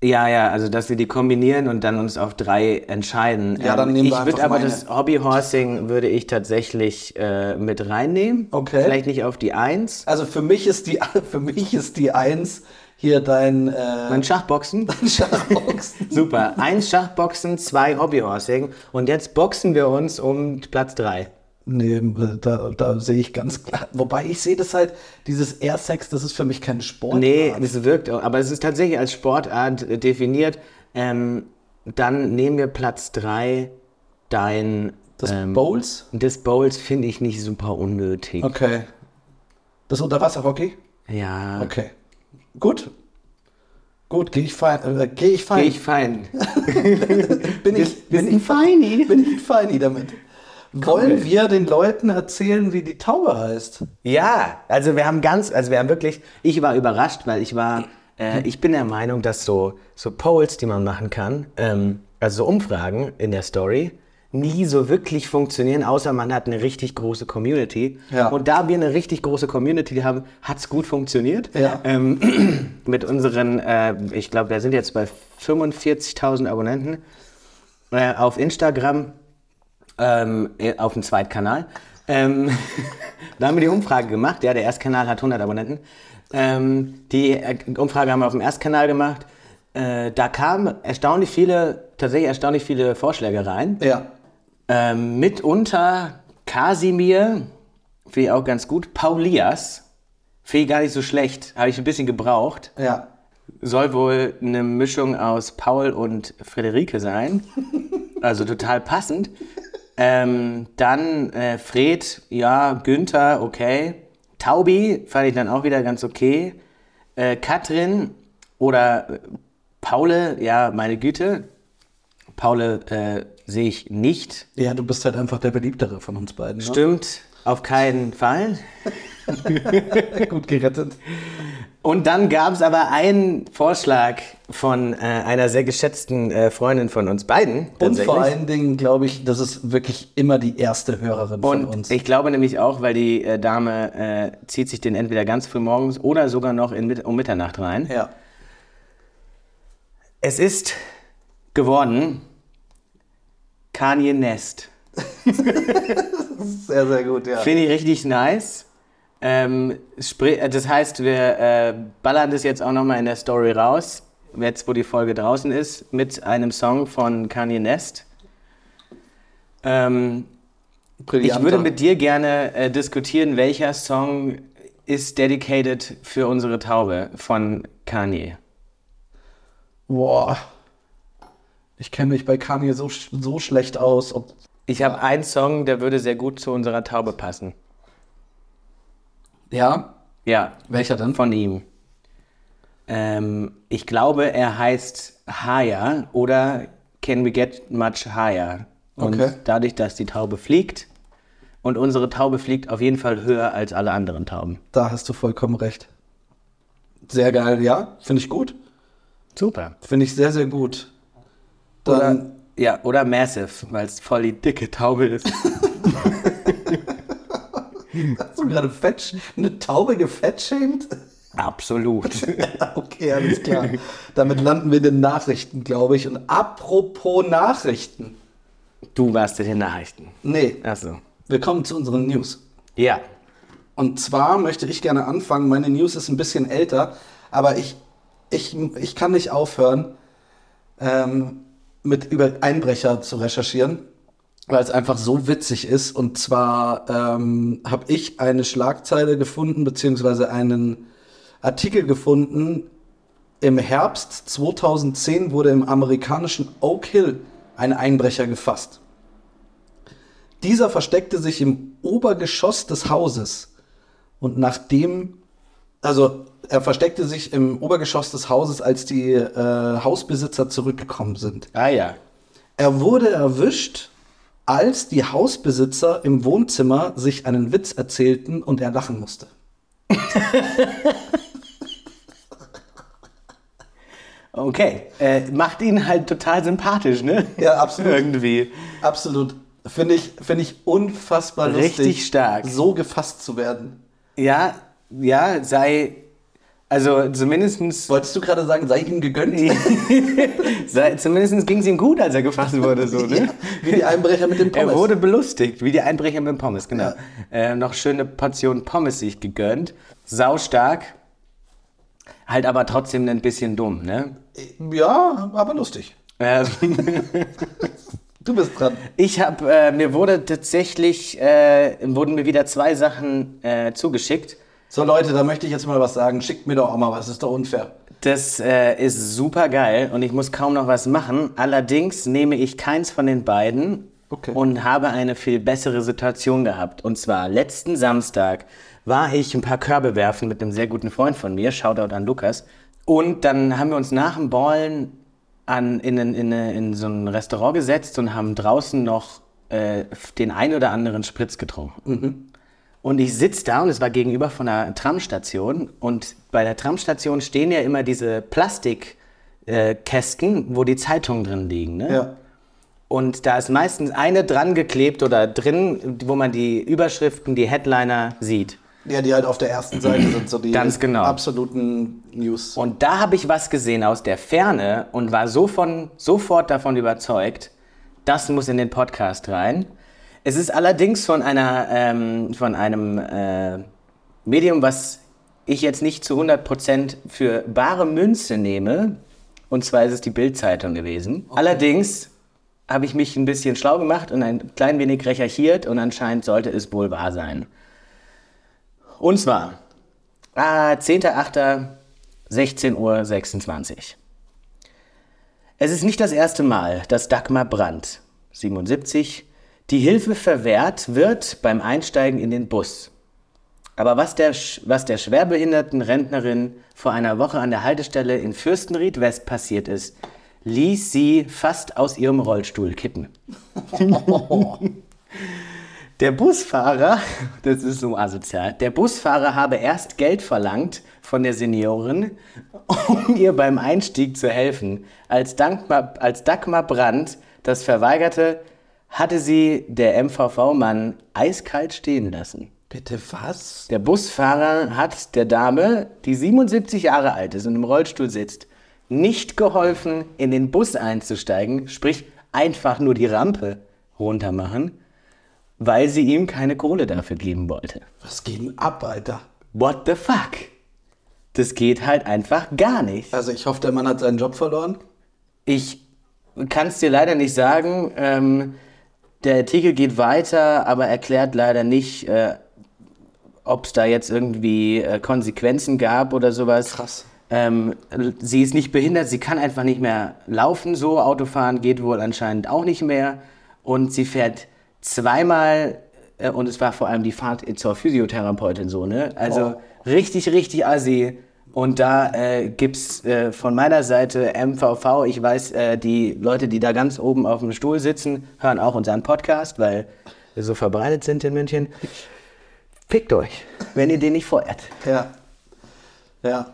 S2: Ja, ja, also dass wir die kombinieren und dann uns auf drei entscheiden. Ähm,
S3: Ja, dann nehmen wir
S2: Ich würde
S3: einfach
S2: aber
S3: meine.
S2: das Hobbyhorsing würde ich tatsächlich äh, mit reinnehmen.
S3: Okay.
S2: Vielleicht nicht auf die Eins.
S3: Also für mich ist die, für mich ist die 1 hier dein äh,
S2: Dann Schachboxen.
S3: Schachboxen.
S2: Super. Eins Schachboxen, zwei Hobbyhorsing. Und jetzt boxen wir uns um Platz drei.
S3: Nee, da, da sehe ich ganz klar. Wobei ich sehe das halt, dieses Airsex, das ist für mich kein Sport.
S2: Nee, das wirkt auch. Aber es ist tatsächlich als Sportart äh, definiert. Ähm, dann nehmen wir Platz 3. Dein.
S3: Das
S2: ähm,
S3: Bowls?
S2: Des Bowls finde ich nicht super unnötig.
S3: Okay. Das Unterwasserhockey?
S2: Ja.
S3: Okay. Gut. Gut, gehe ich fein. Äh, gehe ich fein.
S2: Bin ich fein.
S3: bin, ich, bin, ich,
S2: feini.
S3: bin ich feini damit. Wollen wir den Leuten erzählen, wie die Taube heißt?
S2: Ja, also wir haben ganz, also wir haben wirklich, ich war überrascht, weil ich war, äh, ich bin der Meinung, dass so, so Polls, die man machen kann, ähm, also so Umfragen in der Story, nie so wirklich funktionieren, außer man hat eine richtig große Community.
S3: Ja.
S2: Und da wir eine richtig große Community haben, hat's gut funktioniert.
S3: Ja.
S2: Ähm, mit unseren, äh, ich glaube, wir sind jetzt bei 45.000 Abonnenten äh, auf Instagram, ähm, äh, auf dem Zweitkanal. Ähm, da haben wir die Umfrage gemacht. Ja, der Erstkanal hat 100 Abonnenten. Ähm, die äh, Umfrage haben wir auf dem Erstkanal gemacht. Äh, da kamen erstaunlich viele, tatsächlich erstaunlich viele Vorschläge rein.
S3: Ja.
S2: Ähm, mitunter Kasimir, finde ich auch ganz gut. Paulias, finde ich gar nicht so schlecht. Habe ich ein bisschen gebraucht.
S3: Ja.
S2: Soll wohl eine Mischung aus Paul und Frederike sein. Also total passend. Ähm, dann äh, Fred, ja, Günther, okay. Taubi fand ich dann auch wieder ganz okay. Äh, Katrin oder äh, Paule, ja, meine Güte. Paule äh, sehe ich nicht.
S3: Ja, du bist halt einfach der beliebtere von uns beiden. Ne?
S2: Stimmt, auf keinen Fall.
S3: Gut gerettet.
S2: Und dann gab es aber einen Vorschlag von äh, einer sehr geschätzten äh, Freundin von uns beiden.
S3: Und
S2: tatsächlich.
S3: vor allen Dingen glaube ich, das ist wirklich immer die erste Hörerin von
S2: Und
S3: uns.
S2: ich glaube nämlich auch, weil die äh, Dame äh, zieht sich den entweder ganz früh morgens oder sogar noch in, Mit- um Mitternacht rein.
S3: ja.
S2: Es ist geworden Kanye Nest.
S3: Sehr, sehr gut, ja.
S2: Finde ich richtig nice. Ähm, sprich, äh, das heißt, wir äh, ballern das jetzt auch nochmal in der Story raus, jetzt wo die Folge draußen ist, mit einem Song von Kanye Nest. Ähm, ich würde mit dir gerne äh, diskutieren, welcher Song ist dedicated für unsere Taube von Kanye.
S3: Boah. Ich kenne mich bei Kanye so, sch- so schlecht aus. Ob,
S2: Ich habe einen Song, der würde sehr gut zu unserer Taube passen.
S3: ja,
S2: Ja,
S3: welcher denn?
S2: von ihm. Ähm, ich glaube, er heißt Higher oder Can We Get Much Higher? Und
S3: Okay.
S2: dadurch, dass die Taube fliegt und unsere Taube fliegt auf jeden Fall höher als alle anderen Tauben.
S3: Da hast du vollkommen recht. Sehr geil, ja. Finde ich gut.
S2: Super.
S3: Finde ich sehr, sehr gut. Dann,
S2: Ja, oder Massive, weil es voll die dicke Taube ist.
S3: hast du gerade fett, eine Taube gefettshamed?
S2: Absolut.
S3: Okay, alles klar. Damit landen wir in den Nachrichten, glaube ich. Und apropos Nachrichten.
S2: Du warst in den Nachrichten.
S3: Nee,
S2: Achso.
S3: wir kommen zu unseren News.
S2: Ja.
S3: Und zwar möchte ich gerne anfangen. Meine News ist ein bisschen älter, aber ich, ich, ich kann nicht aufhören, ähm, mit über Einbrecher zu recherchieren, weil es einfach so witzig ist. Und zwar ähm, habe ich eine Schlagzeile gefunden, beziehungsweise einen Artikel gefunden. Im Herbst 2010 wurde im amerikanischen Oak Hill ein Einbrecher gefasst. Dieser versteckte sich im Obergeschoss des Hauses. Und nachdem, also er versteckte sich im Obergeschoss des Hauses, als die äh, Hausbesitzer zurückgekommen sind.
S2: Ah ja.
S3: Er wurde erwischt als die Hausbesitzer im Wohnzimmer sich einen Witz erzählten und er lachen musste.
S2: Okay. Äh, macht ihn halt total sympathisch, ne?
S3: Ja, absolut.
S2: Irgendwie.
S3: Absolut. Finde ich, finde ich unfassbar lustig.
S2: Richtig stark.
S3: So gefasst zu werden.
S2: Ja, ja, sei. Also zumindestens,
S3: Wolltest du gerade sagen, sei ihm gegönnt?
S2: sei, zumindestens ging es ihm gut, als er gefasst wurde, so, ne?
S3: Wie die Einbrecher mit dem Pommes.
S2: Er wurde belustigt, wie die Einbrecher mit dem Pommes, genau. Äh, noch schöne Portion Pommes sich gegönnt. Saustark. Halt aber trotzdem ein bisschen dumm, ne?
S3: ja, aber lustig.
S2: Äh,
S3: Du bist dran.
S2: Ich habe, äh, mir wurde tatsächlich, äh, wurden mir wieder zwei Sachen äh, zugeschickt.
S3: So Leute, da möchte ich jetzt mal was sagen. Schickt mir doch auch mal was, ist doch unfair.
S2: Das äh, ist super geil und ich muss kaum noch was machen. Allerdings nehme ich keins von den beiden
S3: Okay.
S2: und habe eine viel bessere Situation gehabt. Und zwar letzten Samstag war ich ein paar Körbe werfen mit einem sehr guten Freund von mir, Shoutout an Lukas. Und dann haben wir uns nach dem Ballen an, in, in, in, in so ein Restaurant gesetzt und haben draußen noch äh, den ein oder anderen Spritz getrunken. Und ich sitz da und es war gegenüber von einer Tramstation. Und bei der Tramstation stehen ja immer diese Plastikkästen, äh, Kästen, wo die Zeitungen drin liegen. Ne?
S3: Ja.
S2: Und da ist meistens eine dran geklebt oder drin, wo man die Überschriften, die Headliner sieht.
S3: Ja, die halt auf der ersten Seite sind so die
S2: Ganz genau.
S3: absoluten News.
S2: Und da habe ich was gesehen aus der Ferne und war so von, sofort davon überzeugt, das muss in den Podcast rein. Es ist allerdings von, einer, ähm, von einem äh, Medium, was ich jetzt nicht zu 100% für bare Münze nehme. Und zwar ist es die Bild-Zeitung gewesen. Allerdings habe ich mich ein bisschen schlau gemacht und ein klein wenig recherchiert und anscheinend sollte es wohl wahr sein. Und zwar, ah, 10.8. 16.26 Uhr. Es ist nicht das erste Mal, dass Dagmar Brandt, 77, die Hilfe verwehrt wird beim Einsteigen in den Bus. Aber was der, Sch- was der schwerbehinderten Rentnerin vor einer Woche an der Haltestelle in Fürstenried West passiert ist, ließ sie fast aus ihrem Rollstuhl kippen. Der Busfahrer, das ist so asozial, der Busfahrer habe erst Geld verlangt von der Seniorin, um ihr beim Einstieg zu helfen. Als Dagmar, als Dagmar Brandt das verweigerte, hatte sie der MVV-Mann eiskalt stehen lassen.
S3: Bitte was?
S2: Der Busfahrer hat der Dame, die 77 Jahre alt ist und im Rollstuhl sitzt, nicht geholfen, in den Bus einzusteigen, sprich einfach nur die Rampe runter machen, weil sie ihm keine Kohle dafür geben wollte.
S3: Was geht denn ab, Alter?
S2: What the fuck? Das geht halt einfach gar nicht.
S3: Also ich hoffe, der Mann hat seinen Job verloren.
S2: Ich kann es dir leider nicht sagen. Ähm, der Artikel geht weiter, aber erklärt leider nicht, äh, ob es da jetzt irgendwie äh, Konsequenzen gab oder sowas.
S3: Krass.
S2: Ähm, sie ist nicht behindert, sie kann einfach nicht mehr laufen, so Autofahren geht wohl anscheinend auch nicht mehr. Und sie fährt zweimal, äh, und es war vor allem die Fahrt zur Physiotherapeutin so, ne? Also richtig, richtig assi. Und da äh, gibt's äh, von meiner Seite MVV, ich weiß, äh, die Leute, die da ganz oben auf dem Stuhl sitzen, hören auch unseren Podcast, weil wir so verbreitet sind in München. Fickt euch, wenn ihr den nicht feuert.
S3: Ja. Ja.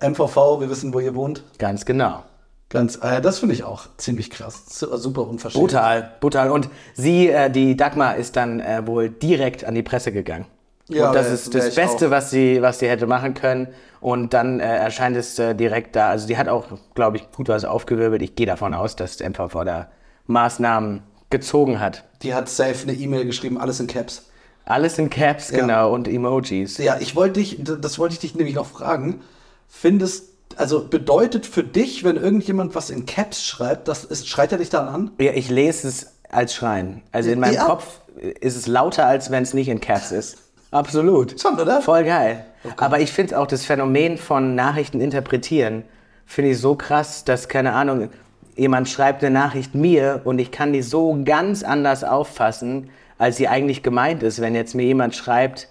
S3: MVV, wir wissen, wo ihr wohnt.
S2: Ganz genau.
S3: Ganz, äh, das finde ich auch ziemlich krass. Su- Super unverschämt.
S2: Brutal, brutal. Und sie, äh, die Dagmar, ist dann äh, wohl direkt an die Presse gegangen.
S3: Ja,
S2: und das
S3: wär-
S2: ist
S3: wär
S2: das
S3: ich
S2: Beste, was sie, was sie hätte machen können. Und dann äh, erscheint es äh, direkt da. Also sie hat auch, glaube ich, gut was aufgewirbelt. Ich gehe davon aus, dass der MVV da Maßnahmen gezogen hat.
S3: Die hat safe eine E-Mail geschrieben, alles in Caps.
S2: Alles in Caps, genau, und Emojis.
S3: Ja, ich wollte dich, d- das wollte ich dich nämlich noch fragen. Findest, also bedeutet für dich, wenn irgendjemand was in Caps schreibt, das ist, schreit er dich dann an?
S2: Ja, ich lese es als Schreien. Also in meinem
S3: Ja.
S2: Kopf ist es lauter, als wenn es nicht in Caps ist. Absolut.
S3: Schon, oder?
S2: Voll geil. Aber ich finde auch das Phänomen von Nachrichten interpretieren, finde ich so krass, dass, keine Ahnung, jemand schreibt eine Nachricht mir und ich kann die so ganz anders auffassen, als sie eigentlich gemeint ist. Wenn jetzt mir jemand schreibt,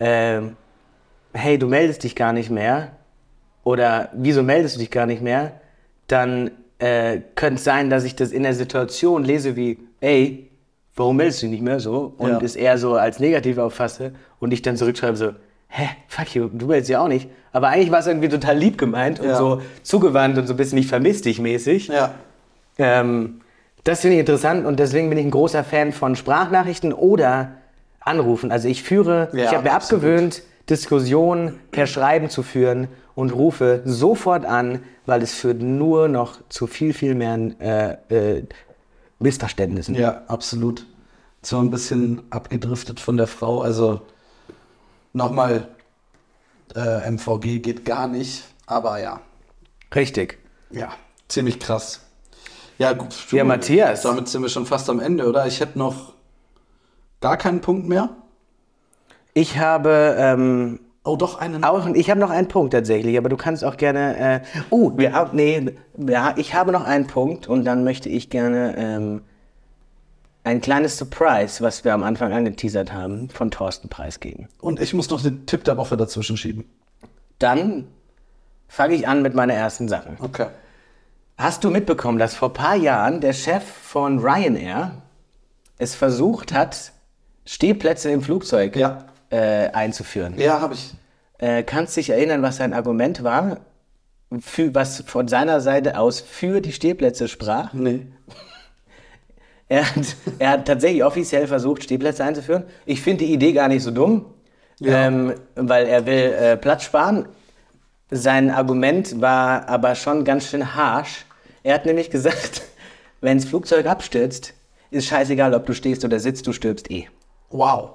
S2: ähm, hey, du meldest dich gar nicht mehr oder wieso meldest du dich gar nicht mehr, dann äh, könnte es sein, dass ich das in der Situation lese wie, ey, warum meldest du dich nicht mehr so? Und
S3: Ja.
S2: es eher so als negativ auffasse und ich dann zurückschreibe so, hä, fuck you, du meldest ja auch nicht. Aber eigentlich war es irgendwie total lieb gemeint und
S3: Ja.
S2: so zugewandt und so ein bisschen nicht vermisst dich mäßig.
S3: Ja.
S2: Ähm, das finde ich interessant und deswegen bin ich ein großer Fan von Sprachnachrichten oder Anrufen. Also ich führe,
S3: Ja,
S2: ich habe mir
S3: absolut.
S2: abgewöhnt, Diskussionen per Schreiben zu führen und rufe sofort an, weil es führt nur noch zu viel, viel mehr äh, äh, Missverständnissen.
S3: Ja, absolut. So ein bisschen abgedriftet von der Frau. Also nochmal, äh, MVG geht gar nicht, aber ja.
S2: Richtig.
S3: Ja, ziemlich krass. Ja, gut.
S2: Ja, Matthias.
S3: Damit sind wir schon fast am Ende, oder? Ich hätte noch gar keinen Punkt mehr.
S2: Ich habe ähm,
S3: Oh, doch einen.
S2: Auch, ich habe noch einen Punkt tatsächlich, aber du kannst auch gerne. Äh, oh, wir, haben- nee, ja, ich habe noch einen Punkt und dann möchte ich gerne ähm, ein kleines Surprise, was wir am Anfang angeteasert haben, von Thorsten preisgeben.
S3: Und ich muss noch den Tipp der Woche dazwischen schieben.
S2: Dann fange ich an mit meiner ersten Sache.
S3: Okay.
S2: Hast du mitbekommen, dass vor paar Jahren der Chef von Ryanair es versucht hat, Stehplätze im Flugzeug
S3: Ja.
S2: äh, einzuführen?
S3: Ja, habe ich.
S2: Äh, kannst dich erinnern, was sein Argument war, für, was von seiner Seite aus für die Stehplätze sprach?
S3: Nee.
S2: Er hat, er hat tatsächlich offiziell versucht, Stehplätze einzuführen. Ich finde die Idee gar nicht so dumm,
S3: Ja.
S2: ähm, weil er will äh, Platz sparen. Sein Argument war aber schon ganz schön harsch. Er hat nämlich gesagt, wenn das Flugzeug abstürzt, ist scheißegal, ob du stehst oder sitzt, du stirbst eh.
S3: Wow.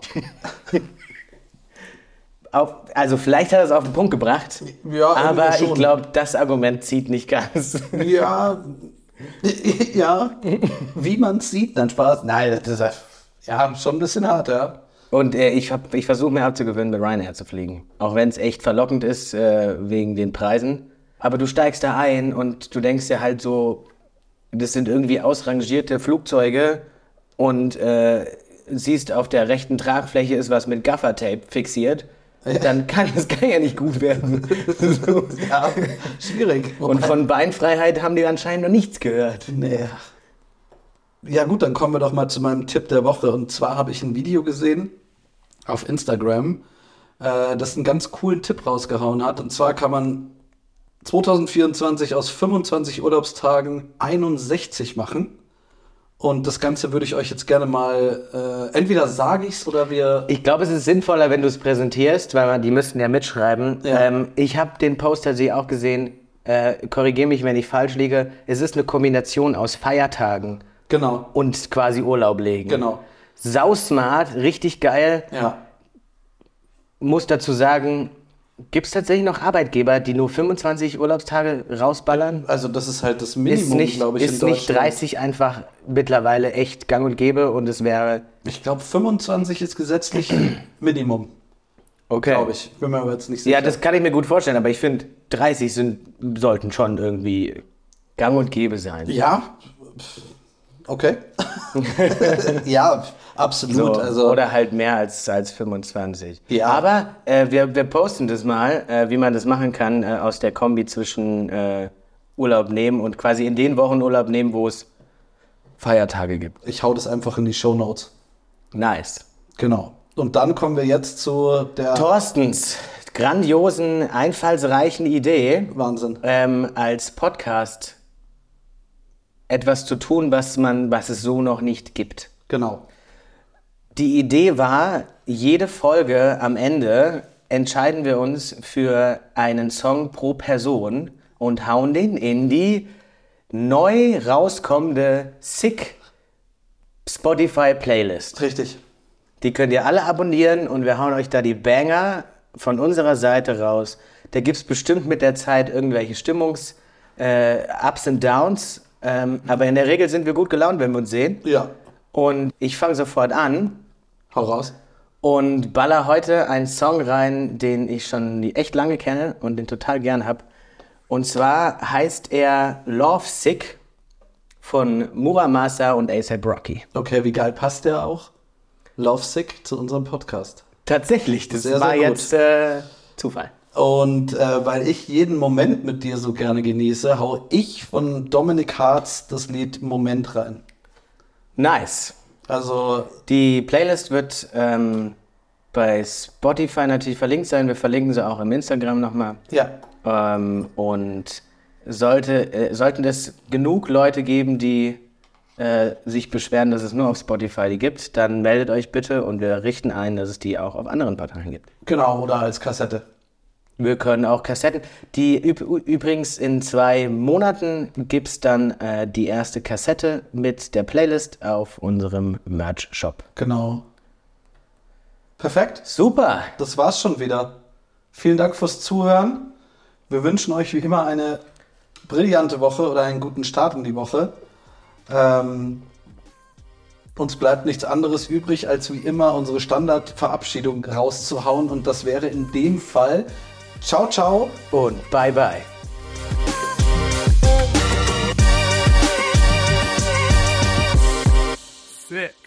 S2: Auf, also vielleicht hat er es auf den Punkt gebracht,
S3: Ja,
S2: aber
S3: irgendwie schon.
S2: ich glaube, das Argument zieht nicht ganz.
S3: Ja. ja. Wie man sieht, dann Spaß. Nein, das ist ja- ja schon ein bisschen hart, ja.
S2: Und äh, ich, hab- ich versuche mir abzugewöhnen, mit Ryanair zu fliegen. Auch wenn es echt verlockend ist äh, wegen den Preisen. Aber du steigst da ein und du denkst dir halt so, das sind irgendwie ausrangierte Flugzeuge und äh, siehst auf der rechten Tragfläche ist was mit Gaffertape fixiert. Dann kann das kann ja nicht gut werden. so.
S3: Ja, schwierig.
S2: Und von Beinfreiheit haben die anscheinend noch nichts gehört.
S3: Nee. Ja gut, dann kommen wir doch mal zu meinem Tipp der Woche. Und zwar habe ich ein Video gesehen auf Instagram, äh, das einen ganz coolen Tipp rausgehauen hat. Und zwar kann man 2024 aus 25 Urlaubstagen 61 machen. Und das Ganze würde ich euch jetzt gerne mal, äh, entweder sage ich's oder wir...
S2: Ich glaube, es ist sinnvoller, wenn du es präsentierst, weil man, die müssten ja mitschreiben.
S3: Ja.
S2: Ähm, ich habe den Poster sie auch gesehen. Äh, Korrigiere mich, wenn ich falsch liege. Es ist eine Kombination aus Feiertagen
S3: Genau,
S2: und quasi Urlaub legen.
S3: genau.
S2: Sausmart, richtig geil.
S3: Ja,
S2: Muss dazu sagen, gibt es tatsächlich noch Arbeitgeber, die nur 25 Urlaubstage rausballern?
S3: also das ist halt das
S2: Ist
S3: Minimum,
S2: nicht,
S3: glaube ich,
S2: ist nicht 30 einfach mittlerweile echt gang und gäbe und es wäre.
S3: Ich glaube, 25 ist gesetzlich Minimum,
S2: Okay.
S3: glaube ich. Bin mir aber jetzt nicht sicher.
S2: Ja, das kann ich mir gut vorstellen, aber ich finde, 30 sind, sollten schon irgendwie gang und gäbe sein.
S3: Ja, okay. ja, absolut.
S2: So.
S3: also,
S2: Oder halt mehr als, als 25.
S3: Ja.
S2: Aber äh, wir, wir posten das mal, äh, wie man das machen kann äh, aus der Kombi zwischen äh, Urlaub nehmen und quasi in den Wochen Urlaub nehmen, wo es Feiertage gibt.
S3: ich hau das einfach in die Show Notes.
S2: Nice.
S3: Genau. Und dann kommen wir jetzt zu der
S2: Thorstens grandiosen, einfallsreichen Idee.
S3: Wahnsinn.
S2: ähm, als Podcast etwas zu tun, was man, was es so noch nicht gibt.
S3: Genau.
S2: Die Idee war, jede Folge am Ende entscheiden wir uns für einen Song pro Person und hauen den in die neu rauskommende Sick Spotify Playlist.
S3: Richtig.
S2: Die könnt ihr alle abonnieren und wir hauen euch da die Banger von unserer Seite raus. Da gibt es bestimmt mit der Zeit irgendwelche Stimmungs-Ups und Downs. Ähm, aber in der Regel sind wir gut gelaunt, wenn wir uns sehen.
S3: Ja,
S2: Und ich fange sofort an
S3: hau raus.
S2: und baller heute einen Song rein, den ich schon echt lange kenne und den total gern hab. Und zwar heißt er Love Sick von Muramasa und A$AP Rocky.
S3: Okay, wie geil passt der auch? Love Sick zu unserem Podcast.
S2: Tatsächlich, das
S3: Sehr, sehr
S2: war
S3: gut.
S2: jetzt äh, Zufall.
S3: Und äh, weil ich jeden Moment mit dir so gerne genieße, hau ich von Dominic Hartz das Lied Moment rein.
S2: Nice.
S3: Also,
S2: Die Playlist wird ähm, bei Spotify natürlich verlinkt sein. Wir verlinken sie auch im Instagram nochmal.
S3: ja,
S2: Ähm, und sollte, äh, sollten es genug Leute geben, die äh, sich beschweren, dass es nur auf Spotify die gibt, dann meldet euch bitte und wir richten ein, dass es die auch auf anderen Portalen gibt.
S3: genau, oder als Kassette.
S2: Wir können auch Kassetten, die üb ü- übrigens in zwei Monaten gibt es dann äh, die erste Kassette mit der Playlist auf unserem Merch-Shop.
S3: Genau. Perfekt.
S2: Super!
S3: Das war's schon wieder. Vielen Dank fürs Zuhören. Wir wünschen euch wie immer eine brillante Woche oder einen guten Start in die Woche. Ähm, uns bleibt nichts anderes übrig, als wie immer unsere Standardverabschiedung rauszuhauen. Und das wäre in dem Fall Ciao, ciao.
S2: Und bye bye!
S1: Sick.